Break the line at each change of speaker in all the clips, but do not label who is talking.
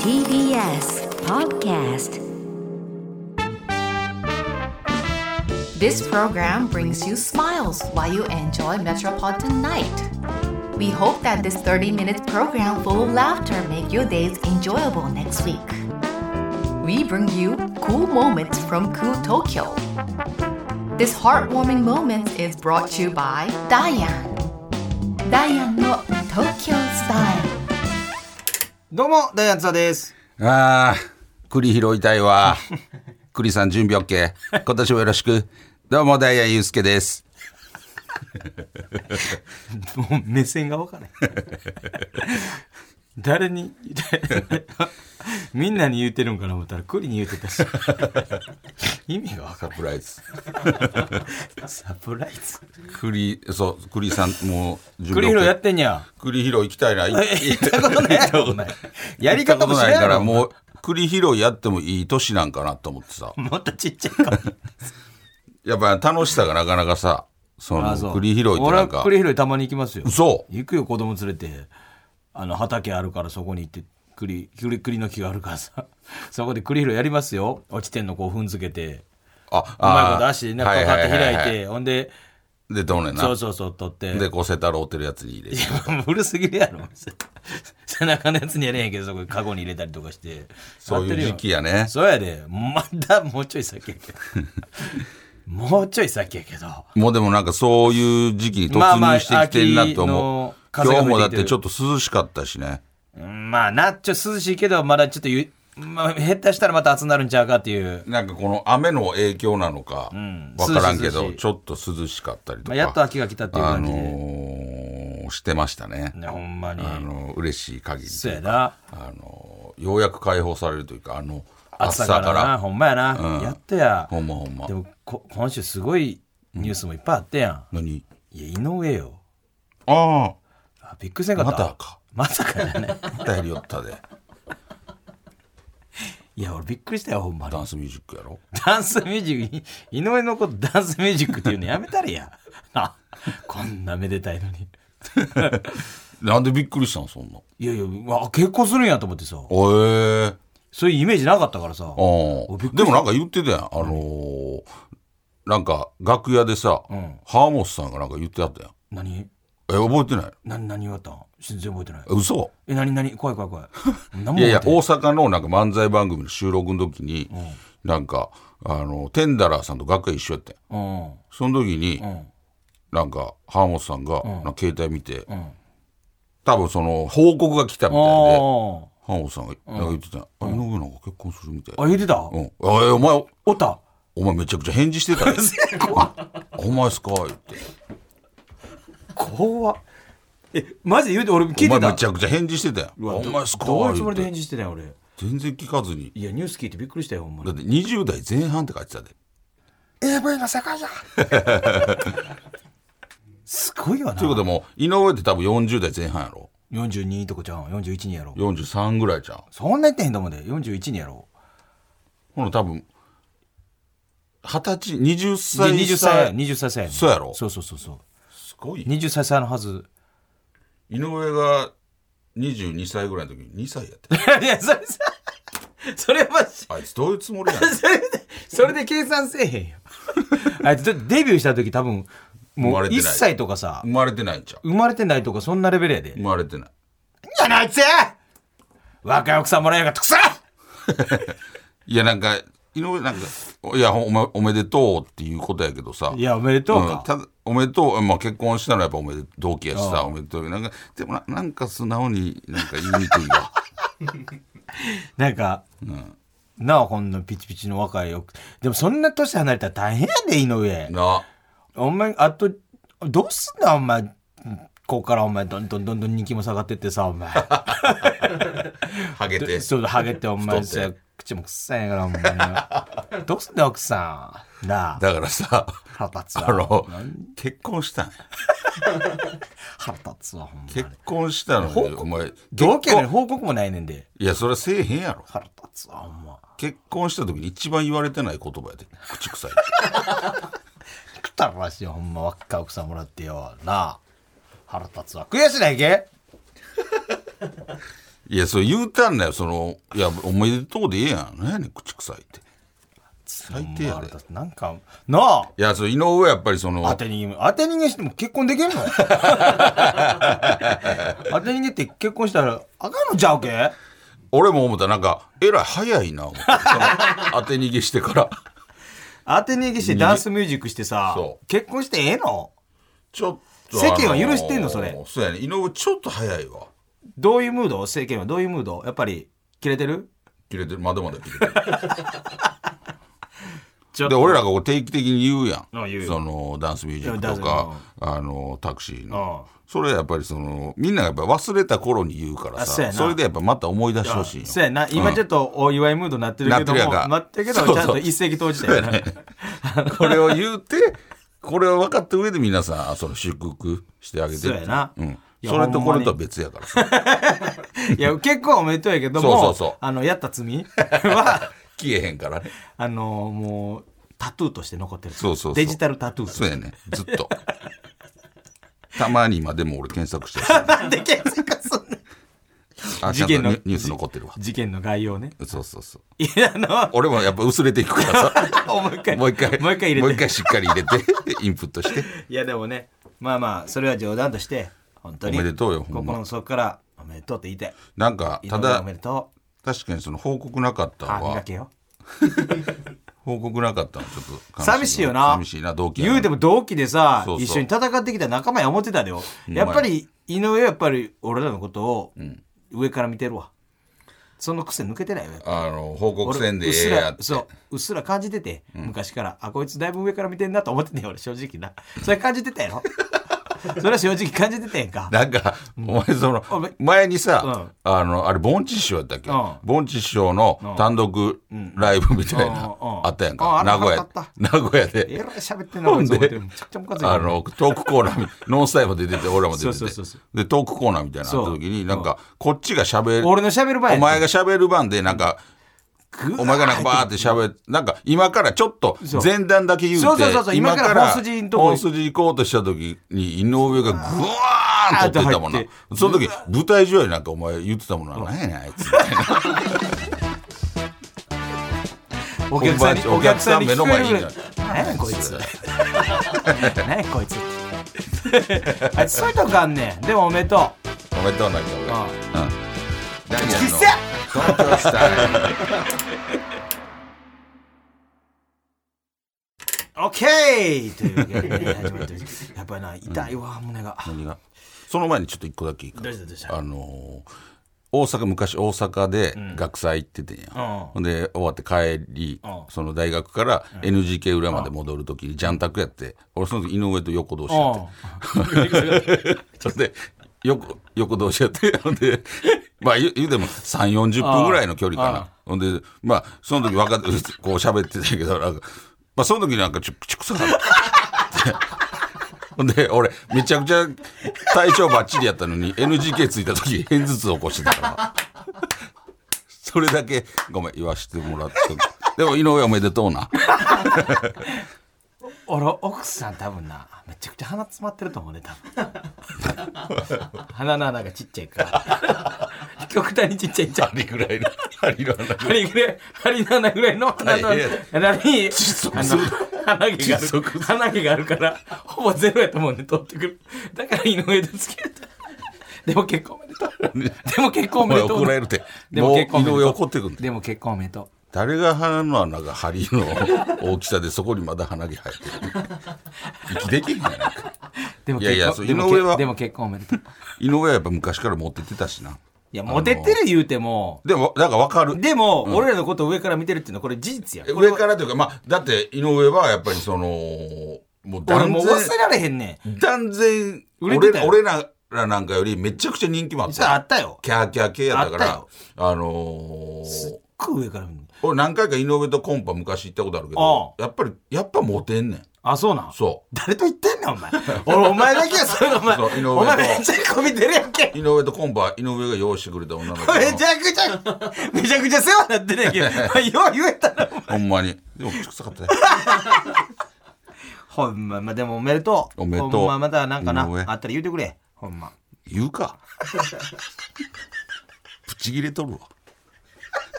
TBS Podcast
This program brings you smiles while you enjoy Metropolitan Night. We hope that this 30-minute program full of laughter make your days enjoyable next week. We bring you cool moments from cool Tokyo. This heartwarming moment is brought to you by Diane. Diane no Tokyo Style.
どうも、ダイアンツァです。
ああ、栗拾いたい わ。栗さん準備 OK。今年もよろしく。どうも、ダイヤンユースケです。
もう目線がわからない。誰に、みんなに言うてるんかな思ったら、クリに言うてたし。意味がわか
サプライズ。
る。サプライズ。
栗、そう、栗さん、もう準
ク
備
リヒロや
OK
っ。てんや。
栗拾い行きたいな。
言ったことないやろ。やり方も知
ない
らん
か
や
ら、
ろ。も
もう栗拾いやってもいい年なんかなと思ってさ。
っとちっちゃい から。
やっぱ楽しさがなかなかさ、その、栗拾いってな
俺
ん
は
か
ク、リヒロたまに行きますよ。
嘘
行くよ、子供連れて。あの、畑あるからそこに行って、栗、栗、栗の木があるからさ。 そこでクリヒロやりますよ。落ちてんのこう踏んづけて。
あ、
うまいこと足でなんか
はい
パ
は
カッ
い
て
はいは
開
い
いて、ほんで
で、どうねんな。
そうそうそう取って
で、こう、せたろうてるやつに入れて。
古すぎるやろ 背中のやつにやれへんけどそこにカゴに入れたりとかして
そういう時期やね。
そうやでまだもうちょい先やけどもうちょい先やけど
もうでもなんかそういう時期に突
まあまあ
入してきてるなと思う。
秋の風が
今
吹いてきてる
日もだってちょっと涼しかったしね。
うんまあなっちょっと涼しいけどまだちょっとゆ、まあ、減ったしたらまた暑なるんちゃうかっていう、
なんかこの雨の影響なのか、
ん
わからんけ
涼しい涼
ど、
しい
ちょっと涼しかったりとか。
まあ、やっと秋が来たっていう
あ
感じ
の
で、
ーしてましたね。
ねほんまに、
あのー嬉しい限りと
そう
い
や
うか。
な
あのーようやく解放されるというか、あの、
暑
暑
さ
さ
か
から
な
ら。
ほんまやな、
うん
やっとや
ほんまほんま
で。もこ今週すごいニュースもいっぱいあったやん、
何
いや井上よ
あ
あびっくりせんか
あ、
った
またか。
まさかやね
またやりよったで。
いや俺びっくりしたよほんまに
ダンスミュージックやろ。
ダンスミュージック井上のことダンスミュージックっていうのやめたらや なこんなめでたいのに
なんでびっくりしたん、そんな。
いやいやうわ結婚するんやと思ってさ
おえー。
そういうイメージなかったからさ
あ
びっくりした
でもなんか言ってたやん。あのーなんか楽屋でさ、
ん
ハーモスさんがなんか言ってあったやん。
何
え、覚えてない
何何言われたん全然覚えてない
え嘘
え何何怖い怖 い怖い何も
い
覚
やい
え
や、
てない
大阪のなんか漫才番組の収録の時に、なんか、あの、テンダラーさんと楽屋一緒やったやん。
うん
その時に、
うん
なんか、ハーモスさんが、なんか携帯見て、
ん
多分その、報告が来たみたいで、ハ
あ
ーモスさんがなんか言ってたやん。あ、井上なんか結婚するみたい
ああ。言ってた
うん。え、お前、
おった
お前めちゃくちゃ返事してた やんお前っすか言って。
怖っえマジで言うて俺聞いて
お
た
前めちゃくちゃ返事してたやん。
うわ
お前っすか
どどういうつも
言う
りで
て
返事してたんや俺
全然聞かずに。
いやニュース聞いてびっくりしたよほんま
だっ
に
て20代前半って書いてたで。AV の世界だ
すごいよな
ということでもう、井上って多分40代前半やろ。
42とかちゃうん41にやろう
43ぐらいじゃん。
そんな言ってへんと思うで41にやろ
ほな多分、20歳、20
う
歳。
20歳20歳さやねん
そうやろ
そうそうそうそう
すごい。
20歳さのはず
井上が22歳ぐらいの時に2歳や って。
いやそれさそれはし
あいつどういうつもりやねん。
それでそれで計算せえへんよ あいつデデビューした時多分
生
も
ま
う
れてな
1
い
歳とかさ
生まれてないんちゃう。
生まれてないとかそんなレベルやで
生まれてない。
やなあいつ若い奥さんもらえやがったくそ
いやなんか、井上なんか、いや、お前おめでとうっていうことやけどさ。
いやおめでとう
うん
か、
ただおめでとう、まあ、結婚したのはやっぱおめで同期やしさおめでとうなんかでもななんか素直になんか言いにくいわ
なんか、なあこんなピチピチの若いよでもそんな年離れたら大変やで井上
な
お前あとどうすんだお前ここからお前どんどんどんどん人気も下がってってさ お前
ハゲて
そうハゲてお前
太っ
さ
て
口も臭いやからお前どうすんだ奥さんなあ
だからさ
腹立つ
あ
わ
の結婚したんや
腹立つわほんま
結婚したのにお前
同期やの
結婚
に報告もないねんで
いやそれはせえへんやろ
腹立つわほんま
結婚した時に一番言われてない言葉やで口臭い
くたらしいよほんま若い奥さんもらってよなあ腹立つわ悔しないけ
いや、それ言うたんだよ、その、いや、おめでとうでええやん。何やねん、口臭いって。最低やで。い
なんかなあ
や、そう、井上はやっぱりその
当、て逃げ当て逃げしても結婚で きるの当て逃げって結婚したらあかんのちゃうけ
俺も思った、なんか、えらい早いな、思ってその当て逃げしてから。
当て逃げしてダンスミュージックしてさ
そ
結婚してええの
ちょっと。
世間は許してんのそれ
そうやね。井上ちょっと早いわ。
どういうムード政権はどういうムードやっぱり切れてる
切れてる。まだまだ切れてる。
ちょっ
で
と
俺らがこう定期的に言うやん
あ言う
そのダンスミュージック
いやダン
と
ス
かあのタクシーの
あ
それはやっぱりそのみんながやっぱ忘れた頃に言うから
あそうや
さ
な
それでやっぱまた思い出してほしいよ
そうやな今ちょっとお祝いムードなってるけども、
なってるやんか
なってるけ
そ
ど
うそう
ちゃんと一石投じたよな、
これを言うてこれを分かった上で皆さんあその祝福してあげてって
そうやな
うん
いや
それと
ほんま
こ
に
れとは別やからさ
いや結婚はおめでとうやけども
そうそうそう
あのやった罪は
消えへんからね
あのもうタトゥーとして残ってる
そうそうそう
デジタルタトゥー
そうやねずっと たまに今でも俺検索してる
なん で検索すんねん
あち
事
ゃんとニ
件の
ュニュース残ってるわ
事件の概要ね
そうそうそう
いやあの
俺もやっぱ薄れていくからさ
お もう一回
もう一回、
もう一回入れて
もう一回しっかり入れ て、インプットして。
いやでもねまあまあそれは冗談として本当に
おめでとうよほんま
心の底からおめでとうって言いたい
なんか、た
井上お
だ
め、でとう
確かにその報告なかった
歯
の
磨
は
け、よ
報告なかったのはちょっと悲な
寂しいよな
寂しいな、同期やな
言うても同期でさ
そうそう
一緒に戦ってきた仲間や思ってたでよやっぱり井上はやっぱり俺らのことを上から見てるわその癖抜けてないよやっぱ
あの、報告せんで
う
え
っ
え
す
や
ら
って。
そううっすら感じてて、昔からあこいつだいぶ上から見てんなと思ってて俺正直なそれ感じてたやろ それは正直感じてたやんか
なんか、お前その
お前、
前にさ、あの、あれ、ボンチ師匠やったっけ
うん
ボンチ師匠の単独ライブみたいな
うんうんう、ん
あったやん
あ
か。
あれ
名古
腹
屋
立っ、
名古屋で
え。らい喋ってんな
ほ
こ
ん
いつ思って
で
るめちゃくちゃムカついてる
あのトークコーナ ーみノンスタイルも出てて俺らも出て
そう
て
そうそうそ
でトークコーナーみたいなのあった時になんかこっちが喋る
俺の喋る前や
お前が喋る番でなんかお前がなんかバーって喋るなんか今からちょっと
そう
前段だけ言うて
そうそうそうそう今から本筋んとこ
本筋行こうとした時に井上がグワーンとってたもんな
あーって入って
その時舞台上になんかお前言ってたもんな何やねんあいつみたいな
お客さんに
本番中
お客さんに聞こえるぐらい
お客さ
何やねんこいつ何やねんこいつ あいつそういうとこあんねんでもおめでとう
おめでとうなきゃ俺
あ
うんダイアンの
きっ せ
東京スタイル
オッケーというわけでね始まってるやっぱりな痛いわ胸が
何がその前にちょっと一個だけいいか
どうしたどうした
あのー大阪昔大阪で学祭行っててんや、
うん
ほんで終わって帰り、
うん
その大学から NGK 裏まで戻る時にジャンタクやって俺その時井上と横同士やってそれで横横同士やってほんで まあ言う言うても3四4 0分ぐらいの距離かなほんでまあその時若手 こう喋ってたけどなんかまあその時なんかちょ口臭かったほん で、俺、めちゃくちゃ体調バッチリやったのに、NGK ついた時、片頭痛起こしてたから。 それだけ、ごめん、言わしてもらって。でも、井上おめでとう な。
俺奥さん多分なめちゃくちゃ鼻詰まってると思うね多分鼻の穴がちっちゃいから 極端にちっちゃいんちゃう
針ぐらいの、針の穴
針ぐらい針の穴ぐらいの鼻の
はいい
穴
や
に
足
あ
す
の
る
鼻毛があ
窒
る
息
鼻毛があるからほぼゼロやと思うね取ってくるだから井上でつけたでも結婚おめでとうでも結婚お
お
め
前
でとう
怒られるて。
で
も
も
う、井
結婚おめでとう
上怒ってくんで。
でも結婚おめでとう
誰が鼻の穴が針 の大きさで、そこにまだ鼻毛生えてる。息できへんやないか。
でも
いやいや
結
そ
婚
う井上は
でも結婚おめでとう
井上はやっぱ昔から持っててたしな。
いやモテてる言うても
でも、だからわかる。
でも、俺らのことを上から見てるっていうのはこれ事実や
上からというか、まあ、だって井上はやっぱりその、もう
俺
断
もう
然、
忘れられへんねん
断然
売れて
俺
た
ら、
よ
俺らなんかよりめちゃくちゃ人気もあっ
実はあ
た。
ったよ
キャーキャー系やったか
あっ
ら、あのー、
すっごい上から見る
俺何回か井上とコンパ昔行ったことあるけ
あ
ど、やっぱり、やっぱモテんねん。
あそうなん
そ
誰と言ってんねんお 前俺お前だけはそういうのお前
そう井上と
お前めちゃこびてるやんけ
う。井上とコンパ、井上が用意してくれた女の子の。
めちゃくちゃめちゃくちゃ世話になってるやん けお前よう言えたなお
ほ
前
んまに。でも、口臭かったね。
ほんままあでもおめでとう
おめでとう
ほんままたなんかな
井上
あったら言うてくれほんま
言うか。ちぎれとるわ。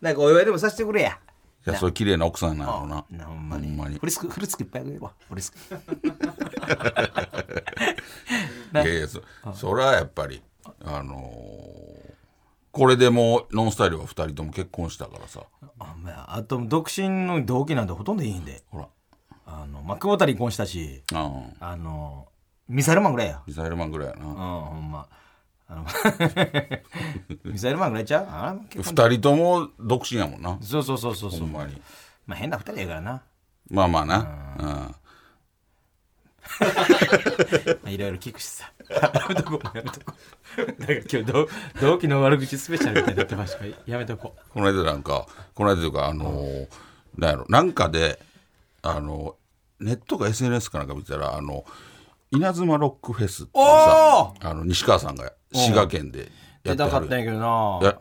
なんかお祝いでもさせてくれや。
いや、それ綺麗な奥さんなのな。
なほんまに。
ほんまに
フリスク、フリスクいっぱいあげれば。フリスク。
いやいやそそれはやっぱりあのーこれでもうノンスタイルは2人とも結婚したからさ
あんまやあと、独身の同期なんてほとんどいいんで。
ほら
あの、マックボタ離婚したし、
あん
あの、ミサイルマンぐらいや。
ミサイルマンぐらいや
うん、
な
ほんま。あの ミサイルマンぐらいちゃうあら結構
2人とも独身やもんな
そうそうそうそうそ
ほ
う。
んまに
まあ変な二人やからな。
まあまあな
いろいろ聞くしさ。やめとこう、やめとこう。なんか今日同、同期の悪口スペシャルみたいになってましたから、やめとこう。
うんこの間なんかこの間というかあのーなんやろなんかであのネットか SNS かなんか見てたらあの稲妻ロックフェスっていうさあの西川さんが滋賀県でやっ
出
て
た
は
かっ
る
たんやけどない
や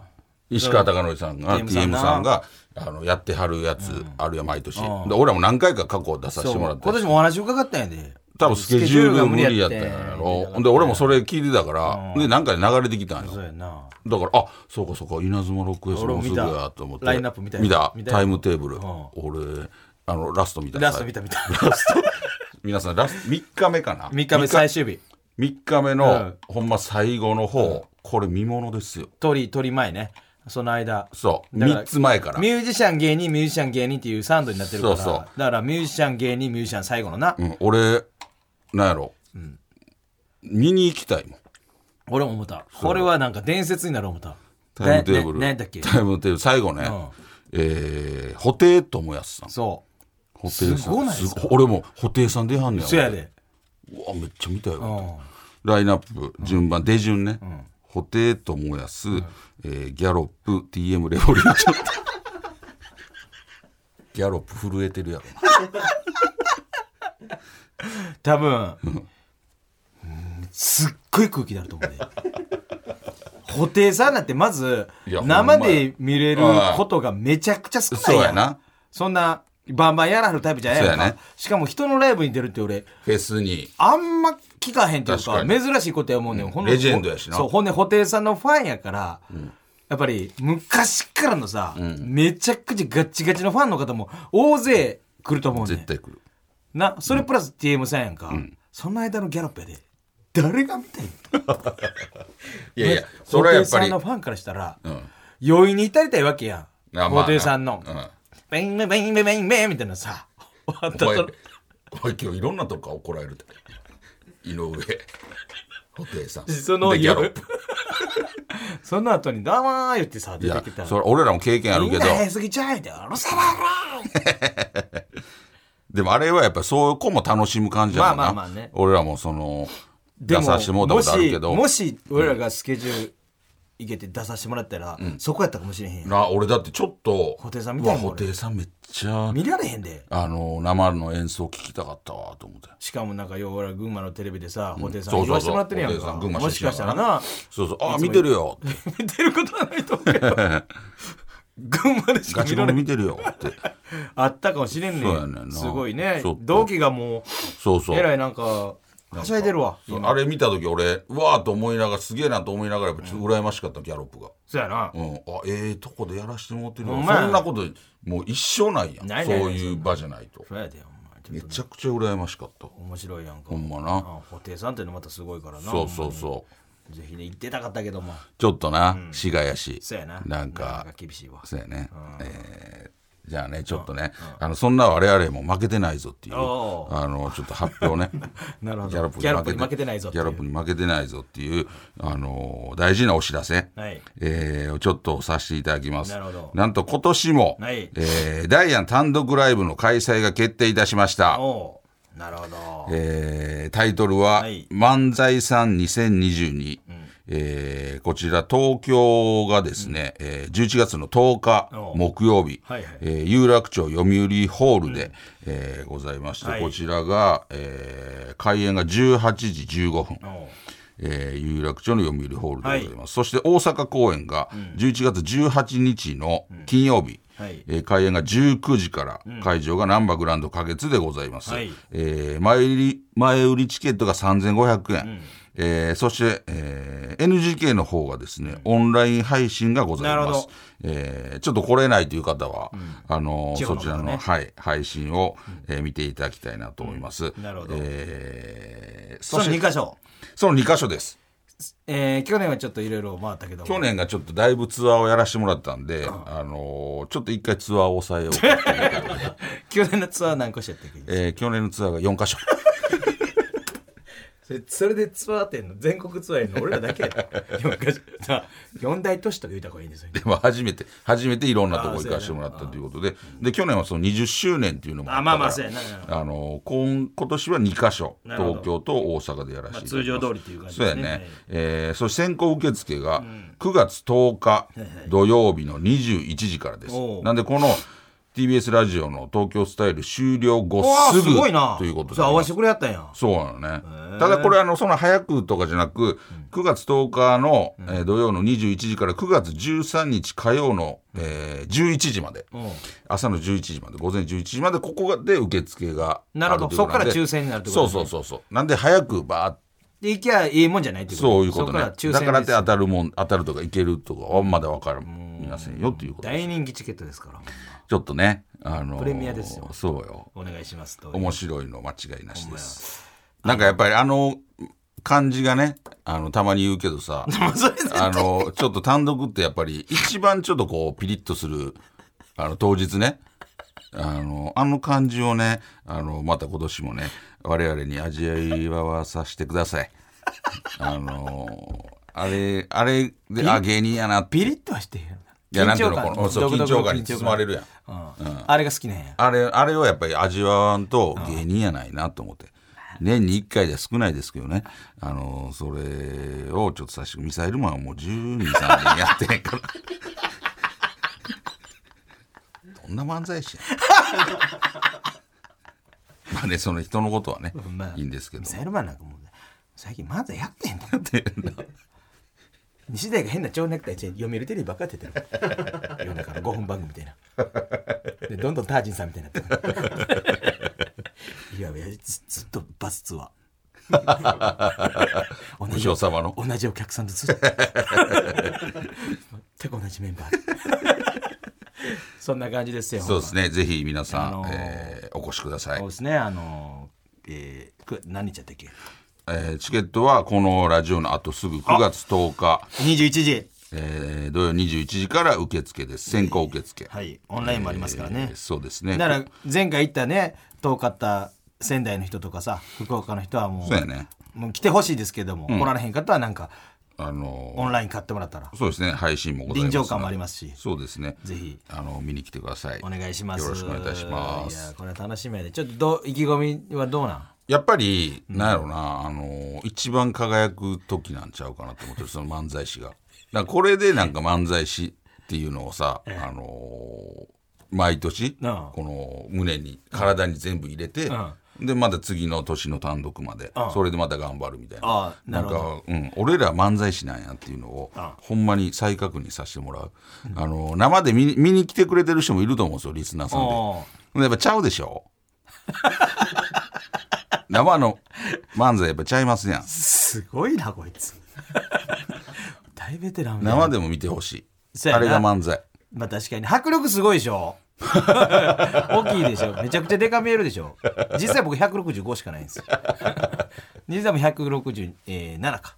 石川貴教さんが
TM さ
TM
んな
さんがあのやってはるやつあるやん毎年、で俺らも何回か過去出させ
そう
てもらって
今年もお話伺ったんやで
多分スケジュールが無理やったんや
スケジュールが無理や
ろ
って
ほんで俺もそれ聞いてたから、でなんかで流れてきたん
そう
よ
やな
だからあそうかそうか稲妻ロックフェスも
俺も
うす
見
ぐ
た
やと思って
ラインナップ見たよ
見た
見たよ
タイムテーブル、
ん
俺あのラスト見た
ラスト見た見た
ラスト皆さんラスト3日目かな
3日目最終日
3日目
う
の
ん、
ほんま最後の方、これ見ものですよ
鳥鳥前ねその間
そう
だから
3つ前から
ミュージシャン芸人ミュージシャン芸人っていうサウンドになってるから
そうそう
だからミュージシャン芸人ミュージシャン最後のな、
うん、俺なんやろ、見に行きたいもん
俺も思ったこれはなんか伝説になる思った
タイムテーブル、
ねね何だっけ
タイムテーブル最後ね、
ん
えー、布袋友康さん
そう
布袋
す
さ
ご
ん
ないですか
ご俺も布袋さん出はんねや
そやで
うわめっちゃ見たよ、
ん
ラインナップ順番、出順ね、布袋友康、えーギャロップ TM レボリュー ションギャロップ震えてるやろな
多分、うんすっごい空気になると思うね布袋さんなんてまず
いや
生で見れることがめちゃくちゃ少ない
そうやな
そんなバンバンやらはるタイプじゃないやん
そう
か、
やね
しかも人のライブに出るって俺
フェスに
あんま聞かへんというか
確かに
珍しいことやもんね、ん、ほんの
レジェンドやしな
そうほんで布袋さんのファンやから、やっぱり昔からのさ、めちゃくちゃガッチガチのファンの方も大勢来ると思うねん
絶対来る
なそれプラス TM さんやんか、その間のギャロップやで誰が見たいん
いやいやそれはやっぱ
布袋さん
り
のファンからしたら、
ん
余韻に至りたいわけやん
あまあ
布袋さんの
うん
「ベンベンベンベンベンベン」みたいなさ終わった
お前
と
お前今日いろんなとこから怒られるって井 上布袋さん
その
でギャロップ
その後に「どうもー」言ってさ
い
出
や
てきたら
それ俺らも経験ある
み
け
ん
ど
な早すぎちゃうってうるさいな
でもあれはやっぱそういう子も楽しむ感じやもんな、
まあまあまあね
俺らもその
で
出させてもらったことあるけど
もしもし俺らがスケジュール行けて出させてもらったら、そこやったかもしれへんやん
な俺だってちょっと
布袋さん見たいもん
うわ布袋
俺
さんめっちゃ
見られへんで
あの生の演奏聞きたかったわと思って
しかもなんかよう俺ら群馬のテレビでさ布袋さん
そう
言
そう
わせて
そう
もらってるやん
布袋
か
さん群馬
もし
出身
か
や
した
からら
な
そうそうああ見てるよ
見てることはないと思う けど群馬でしか
ガチ
見
ゴロ
られへん
見てるよって
あったかもしれんね
そうんやねんな
すごいね
ちょっと
同期がも
そうそう
うえらいなんかはしゃいでるわ
そうあれ見た時俺うわーと思いながらすげえなと思いながらやっぱちょっと羨ましかったギャロップが、
そうやな
うん、あええとこでやらしてもらってる
ほ
よ
んまや
そんなこともう一生ないやん
ないないない
そういう場じゃないと
そうやでお前ちょっ
めちゃくちゃ羨ましかった
と面白いやんか
ほんまな
あ布袋さんっていうのまたすごいからな
そうそうそう
うぜひね行ってたかったけども
ちょっとな、滋賀やし
そうやな
なんか
厳しいわ
そうやね、えーじゃあねちょっとね、あのそんな我々も負けてないぞっていうあ
お
のちょっと発表 ね
なるほど
ギャロップ
ギャロップに負けてないぞって
ギ
い
ャロ
う
ップに負けてないぞっていう、あのー大事なお知らせ、
はい
えーちょっとさせていただきます
なるほど
んと今年も、
はい
えーダイアン単独ライブの開催が決定いたしました
おうなるほど
えータイトルは、
はい
漫才さん2022、えーこちら東京がですね、えー11月の10日
おう
木曜日、
はいはい
えー有楽町読売ホールで、えーございまして、
はい
こちらが、えー開演が18時15分、
おう
えー有楽町の読売ホールでございます、
は
そして大阪公演が11月18日の金曜日、
はい
えー開演が19時から、会場が難波グランド花月でございます、
はい
えー前売り前売りチケットが3500円、えーそして、えー NGK の方がですね、オンライン配信がござい
なる
ま
ほ
す
ど。
えーちょっと来れないという方は、あのー
地方
そ
の方ね
ちらの、はい、配信を、えー見ていただきたいなと思います。
なるほど
えー
そ
そ
の
して
2箇所。
その2箇所です。
えー去年はちょっといろいろ回ったけども
去年がちょっとだいぶツアーをやらせてもらったんで、あのーちょっと一回ツアーを抑えようかということで
去年のツアー何個しやったっけ
えー去年のツアーが4箇所。
それそれでツアーってんの全国ツアーやんの俺らだ けや4大都市とか言うた方がいいんですよね
でも初めて、初めていろんなとこ行かせてもらったということで、で、去年はその20周年っていうのもあったから、
あまあまあそうやなうん
あの、今今年は2箇所、
るほど
東京と大阪でやらせていただきます
まあ通常通りっていう感じです
そ
ね
うや
はい
ね。えーそして先行受付が9月10日土曜日の21時からです。
おう
なんで、この TBS ラジオの東京スタイル終了後
わあ
すぐ
すごいな
ということで
そう合わせてくれやったんや
そうなのね。ただこれあの、その早くとかじゃなく、9月10日の、えー土曜の21時から9月13日火曜の、えー11時まで、
ん
朝の11時まで、午前11時まで、ここがで受付があ
なるほど
というとんで
そっから抽選になるってことです
そ
ね
うそうそうそう。なんで早くバーッ
で行きゃいいもんじゃないってこと
そういうことね。
そこ
だ
か
かららって
抽選です
当たるもん、当たるとかいけるとかはまだわからんませんよっていうことです
大人気チケットですから
ちょっとね、あのー
プレミアですよ
そうよ。
お願いします と
面白いの間違いなしです。なんかやっぱりあの感じがね、あのた まに言うけどさ、
それ絶
あのちょっと単独ってやっぱり一番ちょっとこうピリッとするあの当日ね、あのあの感じをね、あのまた今年もね我々に味わいはさせてください。あのあれあれであ芸人やなって
ピリッとはしてへん
いやなんていうのこの
感
そう緊張感に包まれるやん。
うんあれが好きなんや
あれ、あれをやっぱり味わわんと芸人やないなと思って。年に1回じゃ少ないですけどね。あの、それをちょっと最初、ミサイルマンはもう12、3年やってへん から。どんな漫才師やねんまあね、その人のことはね、
まあ
いいんですけど。
サイルマンなんかもう最近漫才やってへんの 西大が変な蝶ネクタイチェーン読めるテレビばっかり出てる夜中の5分番組みたいなでどんどんタージンさんみたいになってく るいやいやずずっとバスツアー同
武将様の
同じお客さんとずっと全く同じメンバ ーそんな感じですよ
そうですね、ぜひ皆さん、
あのー
えーお越しください
そう。ですねあのえーく何日やったっけ
えーチケットはこのラジオの後すぐ9月10日。
21時
えー、土曜21時から受付です先行受付、
はいオンラインもありますからね
えーそうですね
だから前回行ったね遠かった仙台の人とかさ福岡の人はもう
そうやね
もう来てほしいですけども、来られへん方はなんか
あのー
オンライン買ってもらったら
そうですね配信もございま
臨
す
場感もありますし
そうですね
ぜひ
あの見に来てください
お願いします
よろしくお願いいたしま
いや
す
これは楽しみやでちょっとどう意気込みはどうなん
やっぱり、なんやろうなあのー一番輝く時なんちゃうかなと思ってるその漫才師がだからこれでなんか漫才師っていうのをさ、あのー毎年、
うん
この胸に体に全部入れて、でまた次の年の単独まで、それでまた頑張るみたいな
ああなるほど
んか、うん、俺ら漫才師なんやっていうのをほんまに再確認させてもらう、あのー生で見に見に来てくれてる人もいると思うんですよリスナーさんで
お
でやっぱちゃうでしょ生の漫才やっぱちゃいますやん
すごいなこ いつ大ベテランみたいな
生でも見てほし
そ
いう
や
あ
な
れが漫才
まあ確かに迫力すごいでしょ 大きいでしょめちゃくちゃでか見えるでしょ実際僕165しかないん ですよ実際も167か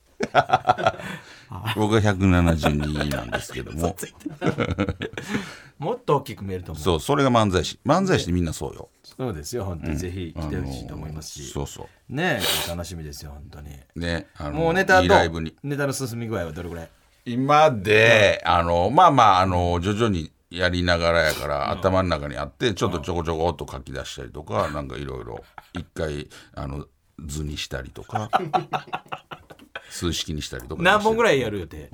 僕が172なんですけども
もっと大きく見えると思う
そうそれが漫才師漫才師ってみんなそうよ
そうですよ本当にぜひ来てほしいと思いますし、
そうそ
ねえ楽しみですよ本当に
うねあの
もうネタ
いい
ど
ライブに
うネタの進み具合はどれぐらい
今で、あのまあまああの徐々にやりながらやから、頭の中にあってちょっとちょこちょこっと書き出したりとか、なんかいろいろ一回あの図にしたりと か数式にしたりとか
何本ぐら
い
いやる予定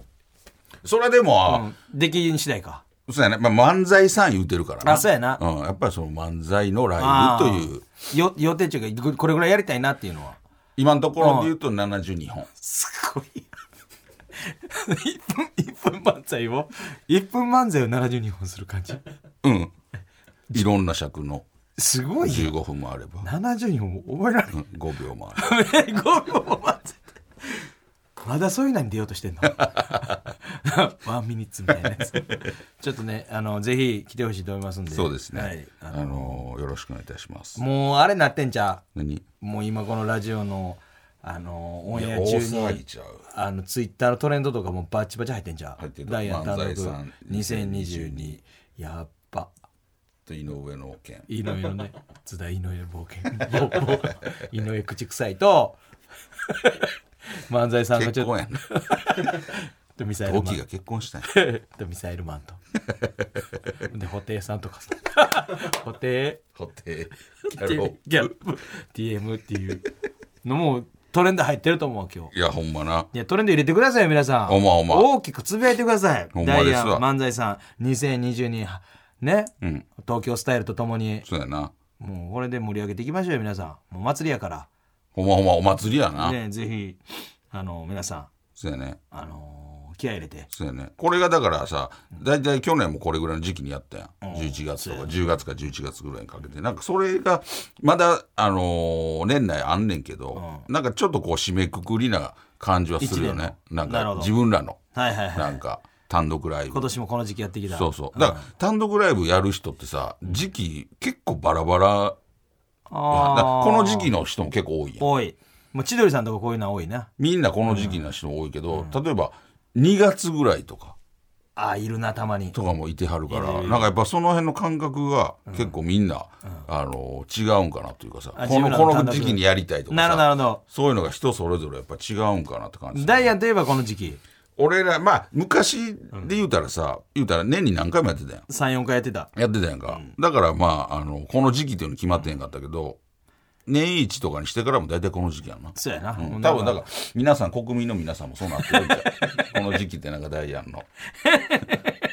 それでも、
出来次第か
そうやね、まあ、漫才さん言うてるからな
あそうやな
うん、やっぱりその漫才のラ
あ
イブ
あ
という
よ予定中がこれぐらいやりたいなっていうのは
今のところで言うと72本、
すごい。1分、1分漫才を、1分漫才を72本する感じ。
いろんな尺の
すごいよ。
15分もあれば
72本も覚えられ
5秒もあれば
ない。5秒も漫才。まだそういうのに出ようとしてんの ワンミニッツみたいなやつちょっとねあのぜひ来てほしいと思いますんで
そうですね、
はいあ
あ
の
のよろしくお願いいたします
もうあれなってんちゃ
何
うもう今このラジオのあのオン
い
エ
や
ア
大
中
騒ぎ
に
ちゃう
あのツイッターのトレンドとかもバチバチ入ってんじゃん
入ってる
ダイアン単独
漫才さん
2022やっぱ
と井上の件
井上の ね津田井上の冒険ぼぼ井上口臭いと漫才さんがち
結
ょっ
婚やな
とミサイル
大
マ
き
ン
いが結婚 したんや
とミサイ ルマンとで布袋さんとかさ布袋
固定
ギャップ TM っていうのもトレンド入ってると思う今日
いやほんまない
やトレンド入れてくださいよ皆さん
ほんまほんま
大きくつぶやいてください
ほんま
ダ
ですわ
イアン漫才さん2022ね、
うん
東京スタイルとともに
そうやな
もうこれで盛り上げていきましょうよ皆さんもう祭りやから
ほんまほんまお祭りやな、
ね、ぜひあの皆さん、
そうやね
あの気合い入れて
そうやねこれがだからさ大体去年もこれぐらいの時期にやったやん、11月とか10月か11月ぐらいにかけてなんかそれがまだあのー年内あんねんけど、なんかちょっとこう締めくくりな感じはするよね
一年の
なん
なるほ
か
ど
自分ら の
はいはいは
ないんか単独ライブ
今年もこの時期やってきた
そうそうだから単独ライブやる人ってさ時期結構バラバラやんだから
あー
この時期の人も結構多いやん
多いもう千鳥さんとかこういうのは多いな
みんなこの時期の人多いけど、例えば2月ぐらいとか
ああいるなたまに
とかもいてはるからなんかやっぱその辺の感覚が結構みんな、あの違うんかなというかさ
あ
この
自分らの
こ
単
の
独
時期にやりたいとか
なるほどなる
さ
ほど
そういうのが人それぞれやっぱ違うんかなって感じ
ダイアンといえばこの時期
俺らまあ昔で言うたらさ、言うたら年に何回もやってたやん
34回やってた
やってたやんか、だからまああのこの時期っていうの決まってへんかったけど、年一とかにしてからも大体この時期やんな
そうやな、
うん多
なんか
分だから皆さん国民の皆さんもそうなって るんじゃんこの時期ってなんかダイアンの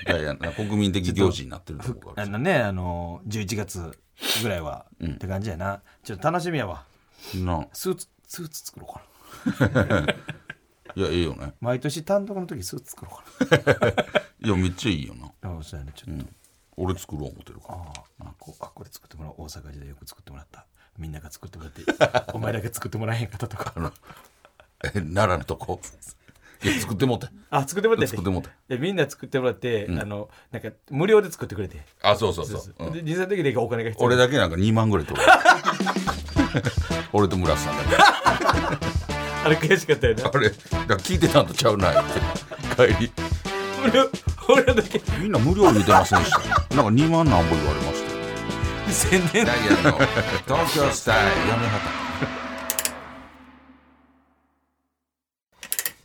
ダイアンの国民的行事になってるとこがあ
あ
る
のねあの11月ぐらいは、って感じやなちょっと楽しみやわ
な
スーツスーツ作ろうかない
やええよね
毎年単独の時スーツ作ろうか
いやめっちゃいいよな
なあそうやねちょっと、
俺作ろう思ってるから
ああこうあこれ作ってもらおう大阪時代よく作ってもらったみんなが作ってもら ってお前だけ作ってもらえへんかったとか
え奈良のとこいや作ってもうて
あ作ってもらって
作ってもらっ
でみんな作ってもらって、あのなんか無料で作ってくれて
あそうそうそううん
で実際の時でお金が必要
俺だけなんか2万ぐらい取る 俺と村瀬さんだけ
あれ悔しかったよね
あれだから聞いてたんとちゃうなって帰り
無料俺らだけ
みんな無料言うてませんでしたなんか2万なんぼ言われましたよ
宣伝
ダイアンの東京スタイルやめはた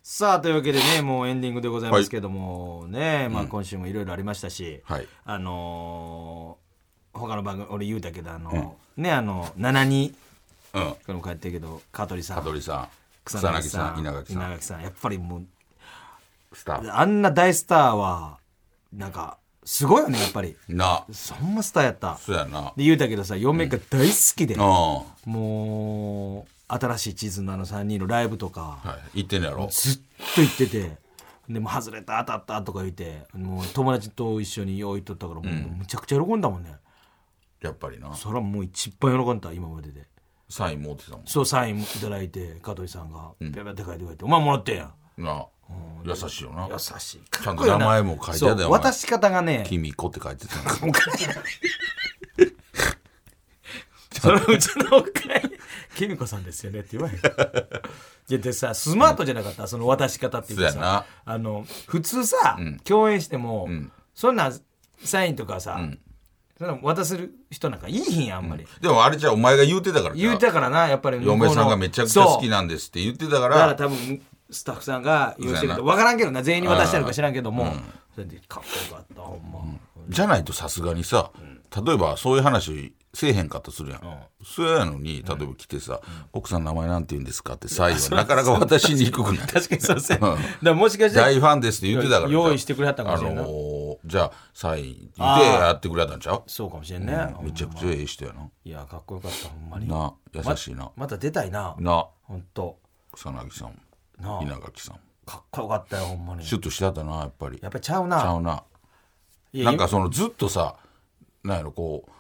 さあというわけでねもうエンディングでございますけども、ね、まあ、今週もいろいろありましたし、
はい
あのー他の番組俺言うたけどあの、ねあの7人
うん。
これも帰ってるけど香取さ
羽
ん
鳥さん、草薙さん、稲垣さん、
さんやっぱりもう
スタッ
あんな大スターはなんかすごいよねやっぱり
フ。な、
そんなスターやった
そうやな。
で言うたけどさ嫁が大好きで、
うん。
もう新しい地図のあの3人のライブとか、
はい。言ってんねやろ。
ずっと行っててでもう外れた当たったとか言ってもう友達と一緒によう行っとったからもう、むちゃくちゃ喜んだもんね
やっぱりな。
それはもう一番喜んだ今までで
サイン持ってたも
そうサインいただいて香取さんがペペって書いてくれて「お前もらってんや ん
ん。な、優しいよな」。
優しい
ちゃんと
かっこいいな
名前も書いてあった
そ
よ
う渡し方がね
君子って書いてた。
そのうちのおかきみこさんですよねって言わへん。いやでさ、スマートじゃなかった、その渡し方っていうか
そうやな
さ、あの、普通さ、共演しても、そんなサインとかさ、そんな渡せる人なんかいいひんやん、あんまり。
でもあれじゃあお前が言うてたからじゃあ
言うたからな、やっぱり向こうの
嫁さんがめちゃくちゃ好き
そう
なんですって言ってたか
だから
ら、
多分、スタッフさんが言うてる
そうやな
と、わからんけどな、全員に渡してあるか知らんけども、それでかっこよかった、ほんま。
じゃないとさすがにさ、例えばそういう話せえへんかったとするやん。そうやのに、例えば来てさ、奥さん名前なんて言うんですかってサインはなかなか渡しにくくない。
確かにそうですね。
う
だ
ん
からもしかして、
大ファンですって言ってたから
用意してくれはったかもしれんな
あのーじゃあサインで
あー
やってくれはったんちゃう
そうかもしれんね。
めちゃくちゃええ人やない
や、かっこよかった、ほんまに。
な優しいな、
また出たいな。
な
ほんと。
草薙さん
な
も
あ
稲垣さんも
かっこよかったよ、ほんまに。
シュッとしてはったなやっぱりち
やっぱりちゃう
ゃ
な。
うない
や
なんかそのずっとさなんやろこう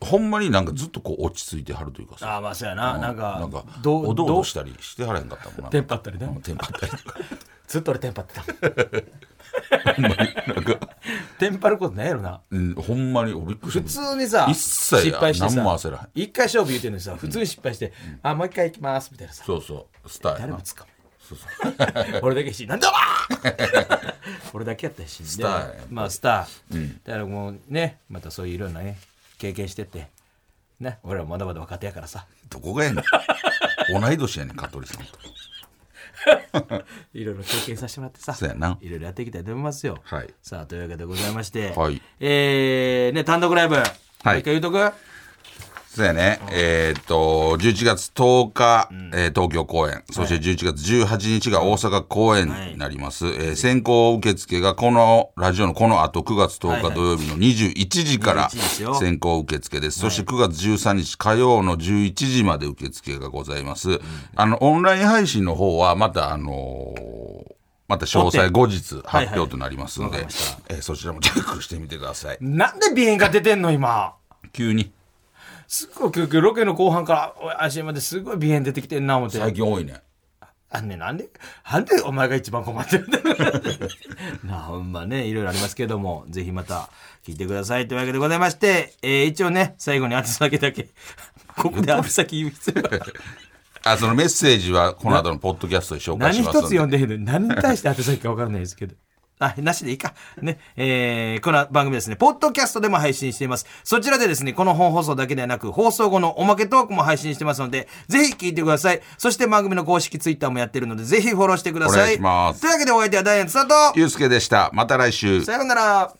ほんまになんかずっとこう落ち着いてはるというかさ
ああまあそうやな、
うん
なんか
なんか
ど
おどお
ど
どしたりしてはらへんかったもんな
テンパったりね
うんテンパったりとか
ずっと俺テンパってた
ほんまになんか、
テンパることないやろな
うん、ほんまにおびっくりし
普
た
通にさ
一切
失敗してさ
何も焦らへん
一回勝負言うてるのにさ普通に失敗して、あもう一回行きますみたいなさ
そうそうスターや
誰
な
もつか
そうそう
む俺だけやしなんだわ ー俺だけやったしス
ターややっぱり
まあスター、だからもうねまたそういういろんなね経験してってね俺らまだまだ若手やからさ
どこがやねん同い年やねん香取さんと
いろいろ経験させてもらってさ
そうやない
ろいろやっていきたいと思いますよ
はい
さあというわけでございまして、
はい
えーね単独ライブ、もう一回言うとく
そうやね。えーっと、11月10日、えー東京公演、そして11月18日が大阪公演になります。えー先行受付がこのラジオのこの後9月10
はいは
日
い
土曜日の21時から
21ですよ
先行受付です。そして9月13日火曜の11時まで受付がございます。あの、オンライン配信の方はまた、あのーまた詳細後日発表となりますので、
はいはいわかりまし
えーそちらもチェックしてみてください。
なんで鼻炎が出てんの今
急に
すっごい急遽ロケの後半から足まですごい鼻炎出てきてんな思って
最近多いね。
あんねなんでなんでお前が一番困ってるんだなあほ んまねいろいろありますけどもぜひまた聞いてくださいというわけでございまして、えー一応ね最後に宛先だけここで宛先言う必要が
あそのメッセージはこの後のポッドキャストで紹介し
何
ます
一
の
つ
で
読んでへんのに何に対して宛先か分からないですけど。 あ、なしでいいか。ね。えー、この番組ですね、ポッドキャストでも配信しています。そちらでですね、この本放送だけではなく、放送後のおまけトークも配信してますので、ぜひ聞いてください。そして番組の公式ツイッターもやってるので、ぜひフォローしてください。
お願いします
というわけでお相手はダイアン津田と、
ゆうすけでしたまた来週
さようなら。